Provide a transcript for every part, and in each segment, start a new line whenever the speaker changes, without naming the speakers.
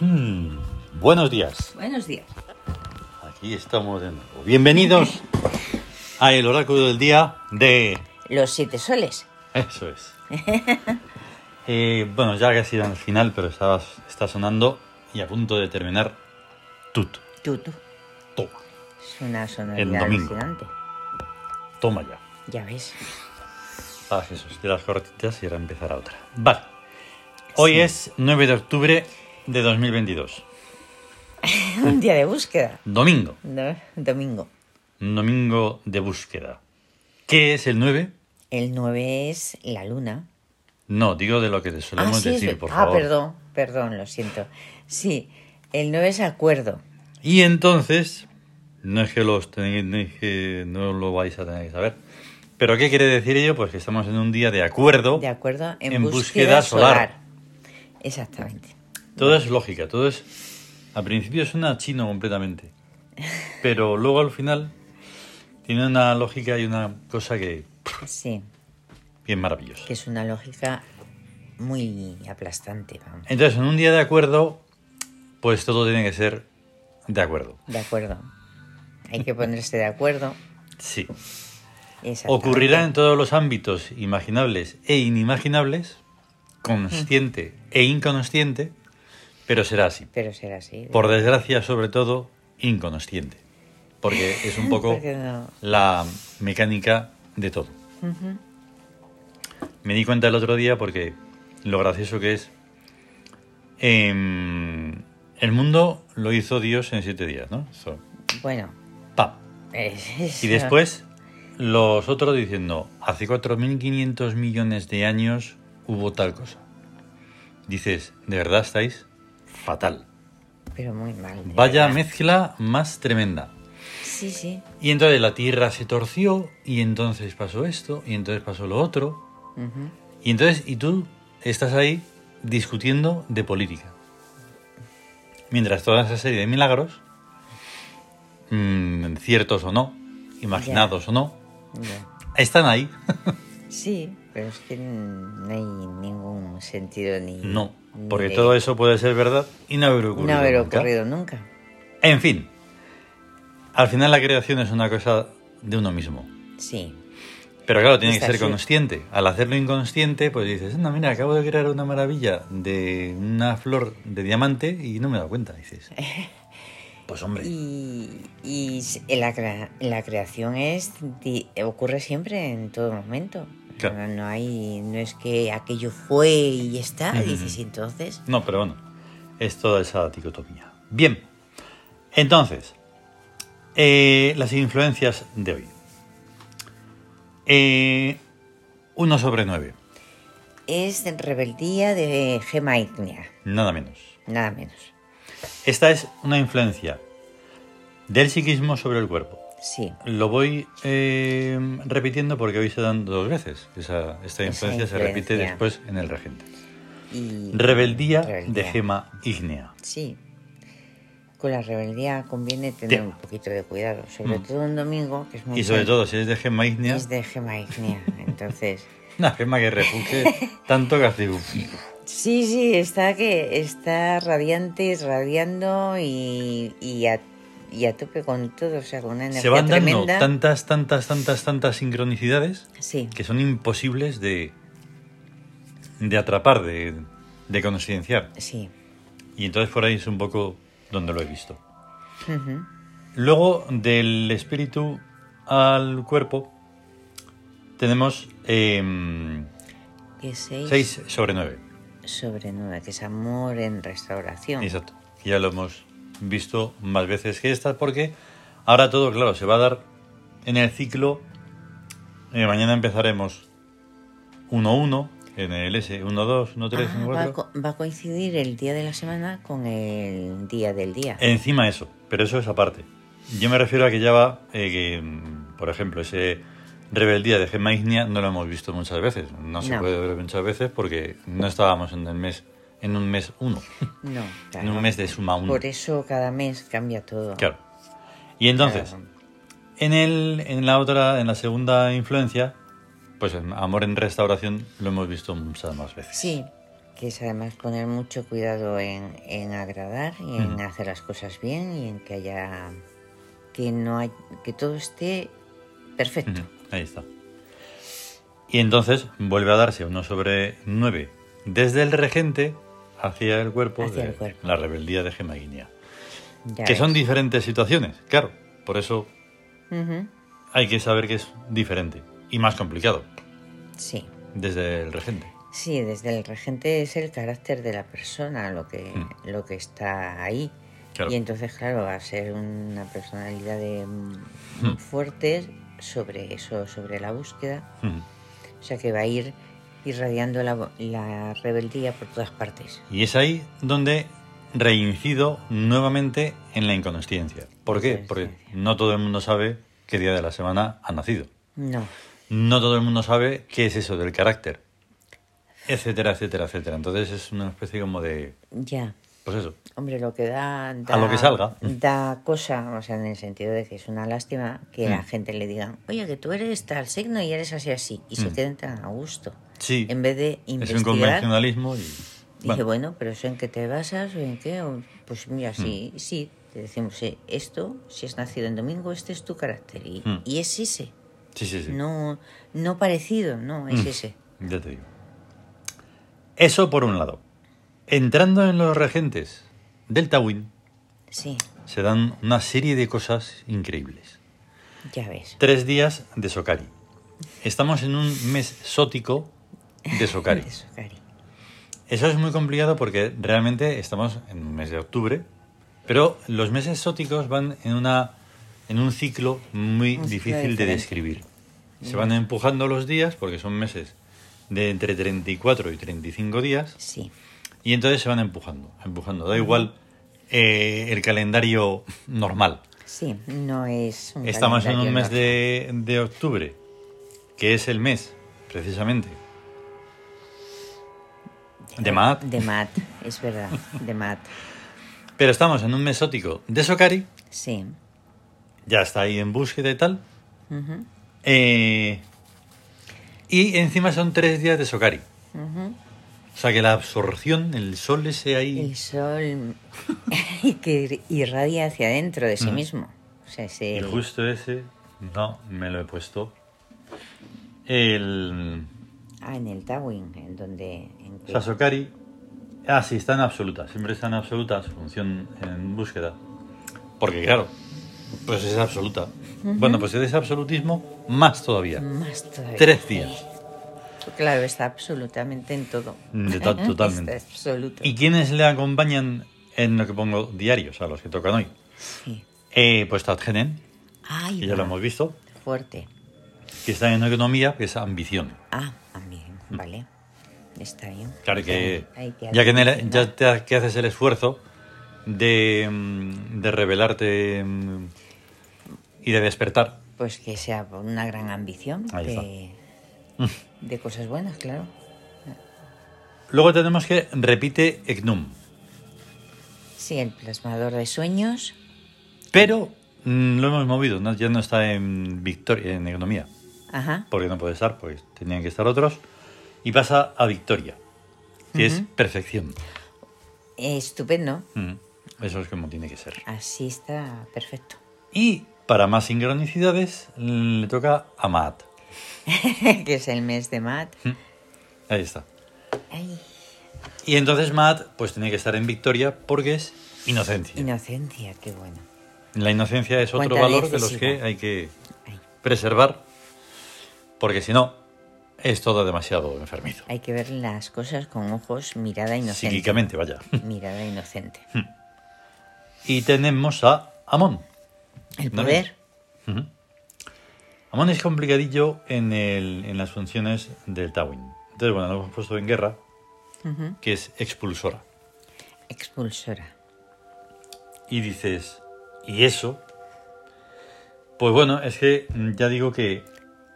Hmm, buenos días.
Buenos días.
Aquí estamos de nuevo. Bienvenidos a el oráculo del día de...
Los siete soles.
Eso es. Eh, bueno, ya casi era al final, pero estaba- está sonando y a punto de terminar Tut.
Tutu.
Toma,
Es una
El
sonoridad
domingo.
alucinante.
toma ya.
Ya ves.
Ah, Jesús, de las cortitas y ahora empezará otra. Vale. Hoy es 9 de octubre de 2022.
Un día de búsqueda.
Domingo.
¿no? Domingo.
Un domingo de búsqueda. ¿Qué es el 9?
El 9 es la luna.
No, digo de lo que te solemos
sí, es
decir,
ver-
por
ah,
favor.
perdón, perdón, lo siento. Sí, el 9 es acuerdo.
Y entonces, no es que los tenéis, no es que no lo vais a tener que saber. Pero ¿qué quiere decir ello? Pues que estamos en un día de acuerdo.
De acuerdo, en,
En búsqueda
búsqueda,
solar.
solar. Exactamente.
Todo es lógica, todo es. Al principio suena chino completamente. Pero luego al final tiene una lógica y una cosa que.
Sí,
bien maravillosa.
que es una lógica muy aplastante, vamos.
Entonces, en un día de acuerdo, pues todo tiene que ser de acuerdo.
De acuerdo. Hay que ponerse de acuerdo.
Sí.
Exactamente.
Ocurrirá en todos los ámbitos imaginables e inimaginables, consciente e inconsciente, pero será así.
Pero será así. de-
Por desgracia, sobre todo, inconsciente. Porque es un poco
Porque no.
la mecánica de todo. Me di cuenta el otro día porque lo gracioso que es. em, el mundo lo hizo Dios en siete días, ¿no? Eso,
Bueno.
pa.
es- es-
Y después los otros diciendo, hace 4.500 millones de años hubo tal cosa. Dices, de verdad estáis fatal.
Pero muy mal. de
Vaya
verdad.
mezcla más tremenda.
Sí, sí.
Y entonces la tierra se torció y entonces pasó esto y entonces pasó lo otro.
Ujú.
Y entonces, y tú estás ahí discutiendo de política. Mientras toda esa serie de milagros, mm, ciertos o no, imaginados o no,
Ya.
están ahí.
Sí, pero es que no hay ningún sentido ni.
No,
ni
porque
de-
todo eso puede ser verdad y no haber ocurrido.
Mm. No haber
nunca.
ocurrido nunca.
En fin, al final la creación es una cosa de uno mismo.
Sí.
Pero claro, tiene
Es
que ser
así.
consciente. Al hacerlo inconsciente, pues dices, no, mira, acabo de crear una maravilla de una flor de diamante y no me he dado cuenta, dices. Pues hombre,
Y, y s- la, crea- la creación es di- ocurre siempre en todo momento.
Claro.
No, no hay, no es que aquello fue y ya está.
Ujú.
Dices, "¿Y entonces.
no, pero bueno, es toda esa dicotomía. Bien, entonces, eh, las influencias de hoy. Eh, 1 sobre 9,
Es de rebeldía de Gema Ignea,
nada menos.
nada menos.
Esta es una influencia del psiquismo sobre el cuerpo.
Sí.
Lo voy eh, repitiendo porque hoy se dan dos veces. Esa, esta
Esa
influencia se
influencia.
repite después en el regente.
Y
Rebeldía, de
rebeldía.
gema ígnea.
Sí. Con la rebeldía conviene tener
Sí.
un poquito de cuidado, sobre
Mm.
todo un domingo, que es muy
Y sobre
bueno.
todo, si es de gema ígnea,
es de gema ígnea, entonces.
una gema que repuche tanto que hace... uf.
Sí, sí, está que está radiante, irradiando y, y, a, y a tope con todo, o sea, con una energía
Se van dando
tremenda.
tantas, tantas, tantas, tantas sincronicidades
Sí,
que son imposibles de, de atrapar, de, de concienciar.
sí.
Y entonces por ahí es un poco donde lo he visto.
Ujú.
Luego, del espíritu al cuerpo, tenemos em,
Que es 6,
6 sobre 9.
sobre 9, que es amor en restauración.
Exacto. Ya lo hemos visto más veces que estas, porque ahora todo, claro, se va a dar en el ciclo. eh, mañana empezaremos 1-1 en el S, 1-2, 1-3,
Ah, va, a
1-4.
co- va a coincidir el día de la semana con el día del día.
Encima eso, pero eso es aparte. Yo me refiero a que ya va, eh, que, mm, por ejemplo, ese rebeldía de Gemma Ignea no lo hemos visto muchas veces. No se
No.
puede ver muchas veces porque no estábamos en el mes, en un mes uno,
No,
en
claro.
un mes de suma uno.
Por eso cada mes cambia todo.
Claro. Y entonces,
Claro.
en el, en la otra, en la segunda influencia, pues en Amor en Restauración lo hemos visto muchas más veces.
Sí, que es además poner mucho cuidado en, en agradar y en hacer las cosas bien y en que haya que no hay, que todo esté perfecto.
Ahí está. Y entonces vuelve a darse uno sobre 9 desde el regente hacia el cuerpo
Hacia
de
el cuerpo.
la rebeldía de Gemaguinea.
Ya
Que son
ves.
diferentes situaciones, claro. Por eso
Ujú,
hay que saber que es diferente y más complicado
Sí.
desde el regente.
Sí, desde el regente es el carácter de la persona lo que,
Mm.
lo que está ahí.
Claro.
Y entonces, claro, va a ser una personalidad de
Mm.
fuertes sobre eso, sobre la búsqueda.
Ujú.
O sea que va a ir irradiando la, la rebeldía por todas partes.
Y es ahí donde reincido nuevamente en la inconsciencia. ¿Por qué? Porque
Inconsciencia.
no todo el mundo sabe qué día de la semana ha nacido.
No,
No todo el mundo sabe qué es eso del carácter, etcétera, etcétera, etcétera. Entonces es una especie como de...
ya.
Pues eso.
Hombre, lo que da, da-
A lo que salga.
Da cosa, o sea, en el sentido de que es una lástima que a la
Mm.
gente le digan, oye, que tú eres tal signo y eres así así. Y se
Mm.
queden tan a gusto.
Sí.
En vez de
Es un
investigar.
convencionalismo y...
Dije,
bueno,
bueno, pero ¿eso en qué te basas? ¿O en qué? O, pues mira, sí,
Mm.
sí, te decimos, sí, esto, si has nacido en domingo, este es tu carácter. Y,
Mm.
y es ese,
sí, sí, sí.
no, no parecido, no, es
Mm.
ese.
Ya te digo. Eso por un lado. Entrando en los regentes del Tawin,
Sí,
se dan una serie de cosas increíbles.
ya ves.
Tres días de Sokari. Estamos en un mes sótico de Sokari.
Eso, Cari.
Eso es muy complicado porque realmente estamos en un mes de octubre, pero los meses sóticos van en una en un ciclo muy
Un ciclo
difícil de
diferente.
describir. Se van empujando los días porque son meses de entre 34 y 35 días
Sí,
y entonces se van empujando, empujando. Da igual eh, el calendario normal.
sí, no es un
Estamos en un
calendario
mes de, de octubre, que es el mes, precisamente,
Eh,
de Maat.
normal. De Mat, es verdad, de Mat.
Pero estamos en un mesótico de Sokari,
Sí,
ya está ahí en búsqueda y tal.
ujú,
eh, y encima son tres días de Sokari.
ujú.
O sea que la absorción, el sol ese ahí.
el sol que irradia hacia adentro de sí
Mm.
mismo. O sea, ese-
Y justo ese, no, me lo he puesto. El.
Ah, en el Tawin, en donde... en
O
que-
sea, Sokari. Ah, sí, está en absoluta. Siempre está en absoluta su función en búsqueda. Porque, claro, pues es absoluta. Bueno, pues es absolutismo más todavía.
Más todavía.
Tres días.
Claro, está absolutamente en todo.
De to- totalmente.
Está absoluto.
¿Y quiénes le acompañan en lo que pongo diarios, a los que tocan hoy?
Sí.
Eh, pues Tatgenen,
Ay,
que ya lo
va,
hemos visto,
fuerte.
que está en economía, que es ambición.
Ah, también, vale. Está bien.
Claro que
Ahí te
ya que, en el-
acondicionado.
ya te- que haces el esfuerzo de, mm, de revelarte mm, y de despertar.
Pues que sea por una gran ambición
Ahí
de, de cosas buenas, claro.
Luego tenemos que repite Egnum,
Sí, el plasmador de sueños.
pero mm, lo hemos movido, ¿no? ya no está en victoria, en economía,
Ajá.
porque no puede estar, pues tenían que estar otros, y pasa a victoria, que es perfección.
Eh, estupendo.
Mm, Eso es como tiene que ser.
Así está perfecto.
Y para más sincronicidades mm, le toca a Matt.
que es el mes de Matt.
¿Mm? Ahí está.
Ay,
Y entonces Matt pues tiene que estar en victoria porque es inocencia.
inocencia, qué bueno.
La inocencia es otro
Cuenta
valor de los que
decisiva.
hay que
Ay,
preservar porque si no es todo demasiado enfermizo.
hay que ver las cosas con ojos, mirada inocente.
Psíquicamente, ¿Mm? vaya.
Mirada inocente.
Y tenemos a Amon.
El
¿No
poder.
Ujú. Amon es complicadillo en, el- en las funciones del Tawin. Entonces, bueno, lo hemos puesto en guerra,
Ujú.
que es expulsora.
Expulsora.
Y dices, ¿y eso? Pues bueno, es que mm, ya digo que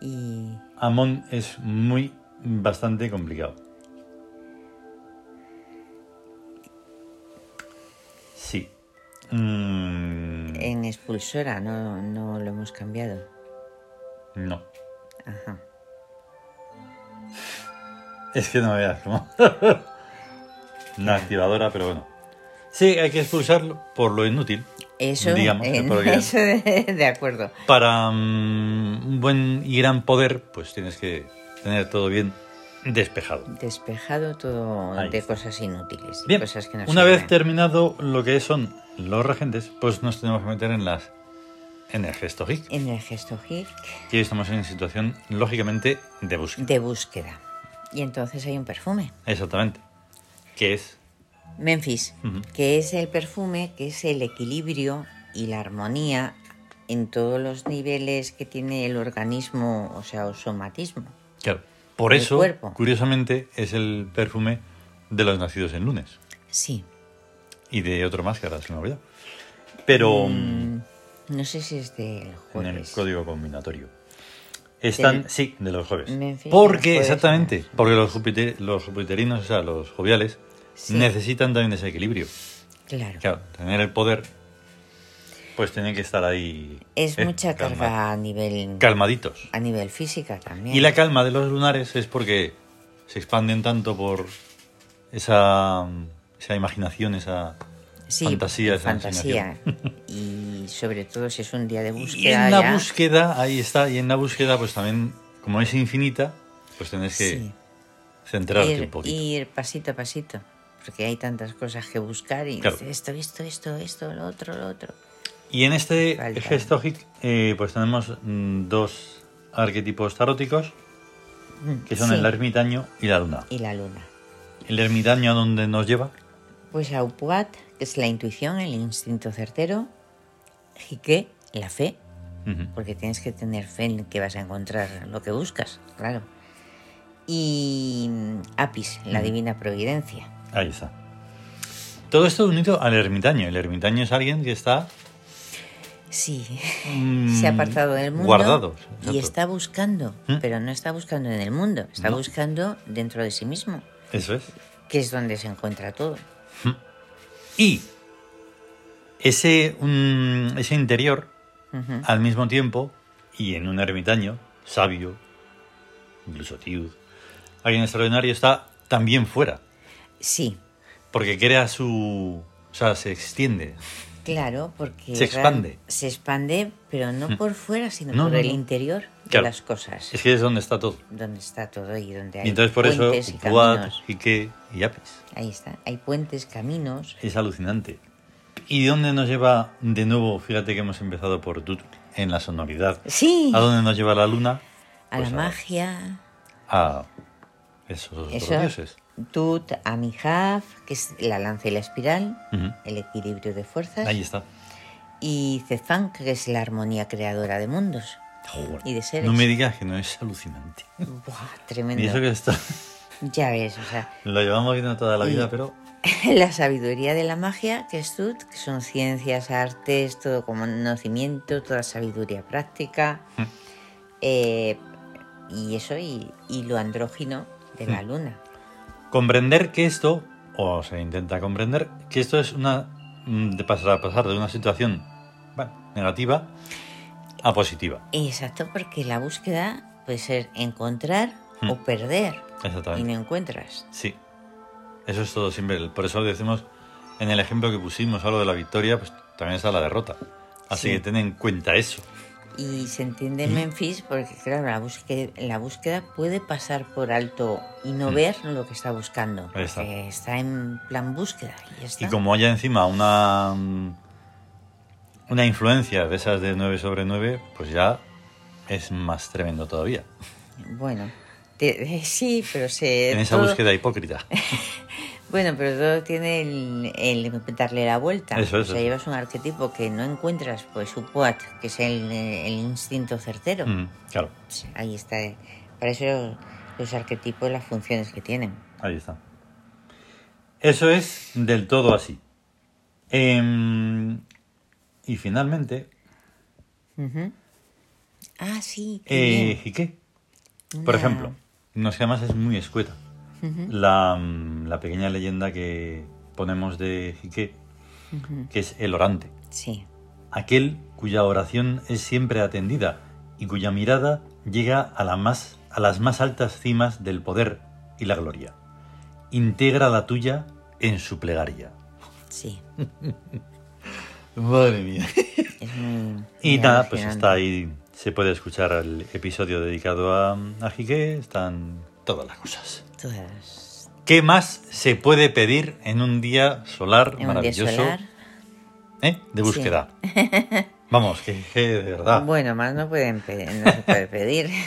Y
Amon es muy, bastante complicado. Sí. Mm,
en expulsora no, no lo hemos cambiado.
no.
Ajá.
Es que no veas cómo. una activadora, pero bueno. Sí, hay que expulsarlo por lo inútil.
Eso,
Digamos,
en-
porque-
eso de, de acuerdo.
Para mm, un buen y gran poder, pues tienes que tener todo bien despejado.
Despejado todo
Ahí
de
está.
cosas inútiles,
Bien,
cosas Pues que no
una vez
sirven.
terminado lo que son los regentes, pues nos tenemos que meter en las en el gesto geek.
En el gesto geek
Y estamos en situación, lógicamente, de búsqueda.
de búsqueda. Y entonces hay un perfume,
Exactamente. Que es
Memphis,
Ujú.
que es el perfume que es el equilibrio y la armonía en todos los niveles que tiene el organismo, o sea, o somatismo.
Claro. Por
El
eso,
cuerpo.
curiosamente, es el perfume de los nacidos en lunes.
Sí.
Y de otro más que ahora se me ha olvidado. Pero
Mm, no sé si es del
en el
jueves.
código combinatorio. Están,
Del-
sí, de los jueves.
Memphis, de los
porque,
jueves,
exactamente,
¿no?
porque los, jupiter- los jupiterinos, o sea, los joviales,
Sí.
necesitan también ese equilibrio.
Claro.
Claro, tener el poder, pues tienen que estar ahí.
Es
eh,
mucha
calma-
carga a nivel
Calmaditos.
a nivel física también.
Y la calma de los lunares es porque se expanden tanto por esa, esa imaginación, esa
Sí,
fantasía, esa
fantasía.
ensoñación.
y sobre todo si es un día de búsqueda.
Y en la
ya,
búsqueda, ahí está, y en la búsqueda, pues también, como es infinita, pues tenés que
sí,
centrarte
ir,
un poquito.
ir pasito a pasito. Porque hay tantas cosas que buscar y
Claro.
dices, esto, esto, esto, esto, lo otro, lo otro.
Y en este
Falta.
gesto hit, eh, pues tenemos mm, dos arquetipos taróticos,
Mm,
que son
sí,
el ermitaño y la luna.
y la luna.
¿El ermitaño a dónde nos lleva?
Pues Aupuat, que es la intuición, el instinto certero. Jique, la fe,
Ujú.
porque tienes que tener fe en que vas a encontrar lo que buscas, claro. Y mm, Apis, la divina providencia.
Ahí está. Todo esto unido al ermitaño. El ermitaño es alguien que está
Sí,
mm,
se ha apartado del mundo
Guardado.
y
exacto.
está buscando,
¿Mm?
pero no está buscando en el mundo, está
No.
buscando dentro de sí mismo,
Eso es.
que es donde se encuentra todo.
Y ese, mm, ese interior,
Ujú.
al mismo tiempo, y en un ermitaño, sabio, incluso tío, alguien extraordinario, está también fuera.
Sí,
Porque crea su. O sea, se extiende.
claro, porque
Se expande. ¿Mm?
real- se expande, pero no por fuera, sino
No,
por
no,
el
no.
interior de
Claro.
las cosas,
Es que es donde está todo.
donde está todo y donde hay
Y entonces por eso,
puentes y
Puat,
caminos.
Ike y Apis.
Ahí está, hay puentes, caminos.
Es alucinante. ¿Y dónde nos lleva de nuevo? Fíjate que hemos empezado por Tut en la sonoridad.
Sí,
¿A dónde nos lleva la luna?
a la
Pues a-
magia.
A esos otros
Eso.
dioses.
Tut, Amihaf, que es la lanza y la espiral,
Ujú.
el equilibrio de fuerzas.
Ahí está.
y Cefán, que es la armonía creadora de mundos. Y de seres.
No me digas que no es alucinante.
Buah, tremendo.
Y eso que está.
Ya ves, o sea,
Lo llevamos viendo toda la
Y-
vida, pero.
la sabiduría de la magia, que es Tut, que son ciencias, artes, todo conocimiento, toda sabiduría práctica.
Mm.
Eh, y eso, y, y lo andrógino de
Mm.
la luna.
Comprender que esto, o se intenta comprender, que esto es una. mm, de pasar a pasar de una situación bueno, negativa a positiva.
Exacto, porque la búsqueda puede ser encontrar
Mm.
o perder. Y
Exactamente.
no encuentras.
Sí. Eso es todo siempre. Por eso decimos en el ejemplo que pusimos, algo de la victoria, pues también está la derrota. Así
Sí.
que ten en cuenta eso.
Y se entiende en Memphis porque, claro, la búsqueda, la búsqueda puede pasar por alto y no ver lo que está buscando.
Ahí está.
porque está en plan búsqueda y ya está.
Y como haya encima una mm, una influencia de esas de 9 sobre 9, pues ya es más tremendo todavía.
Bueno, te- eh, sí, pero se...
en esa
Eh, todo-
búsqueda hipócrita.
Bueno, pero todo tiene el, el darle la vuelta.
Eso, eso,
o sea,
eso.
llevas un arquetipo que no encuentras, pues su puat, que es el, el instinto certero.
Mm, claro,
Ahí está. eh. Para eso los arquetipos, las funciones que tienen.
ahí está. Eso es del todo así. Em, y finalmente,
Ujú. Ah, sí. qué bien.
eh, Jiqué. Por
Una-
ejemplo, no sé, además es muy escueta. la, mm, la pequeña leyenda que ponemos de Jiqué, que es el orante.
Sí,
Aquel cuya oración es siempre atendida y cuya mirada llega a, la más, a las más altas cimas del poder y la gloria. Integra la tuya en su plegaria.
Sí.
Madre mía.
Es muy.
Y
muy
nada, pues
alucinante.
está ahí. Se puede escuchar el episodio dedicado a, a Jiqué. Están todas las cosas.
Todas.
¿Qué más se puede pedir en un día solar
En un día
maravilloso?
solar.
¿eh? De búsqueda. Vamos, que, que de verdad.
Bueno, más no pueden pedir, no se puede pedir.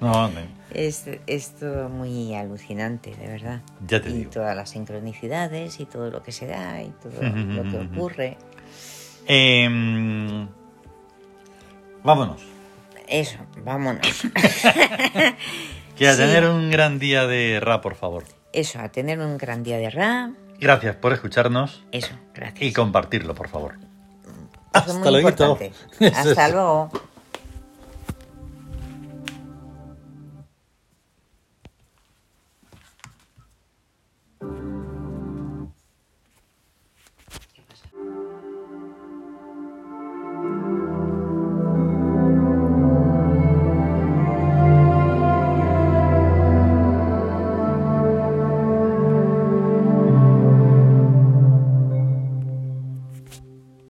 No, no.
Es, es todo muy alucinante, de verdad.
Ya te
y
digo.
todas las sincronicidades y todo lo que se da y todo
Ujú,
lo que
ujú, ujú.
ocurre.
Em, vámonos.
Eso, vámonos.
Que a
Sí.
tener un gran día de Ra, por favor.
Eso, a tener un gran día de Ra.
Gracias por escucharnos
Eso, gracias.
y compartirlo, por favor.
Eso es muy
luego.
importante. Hasta luego.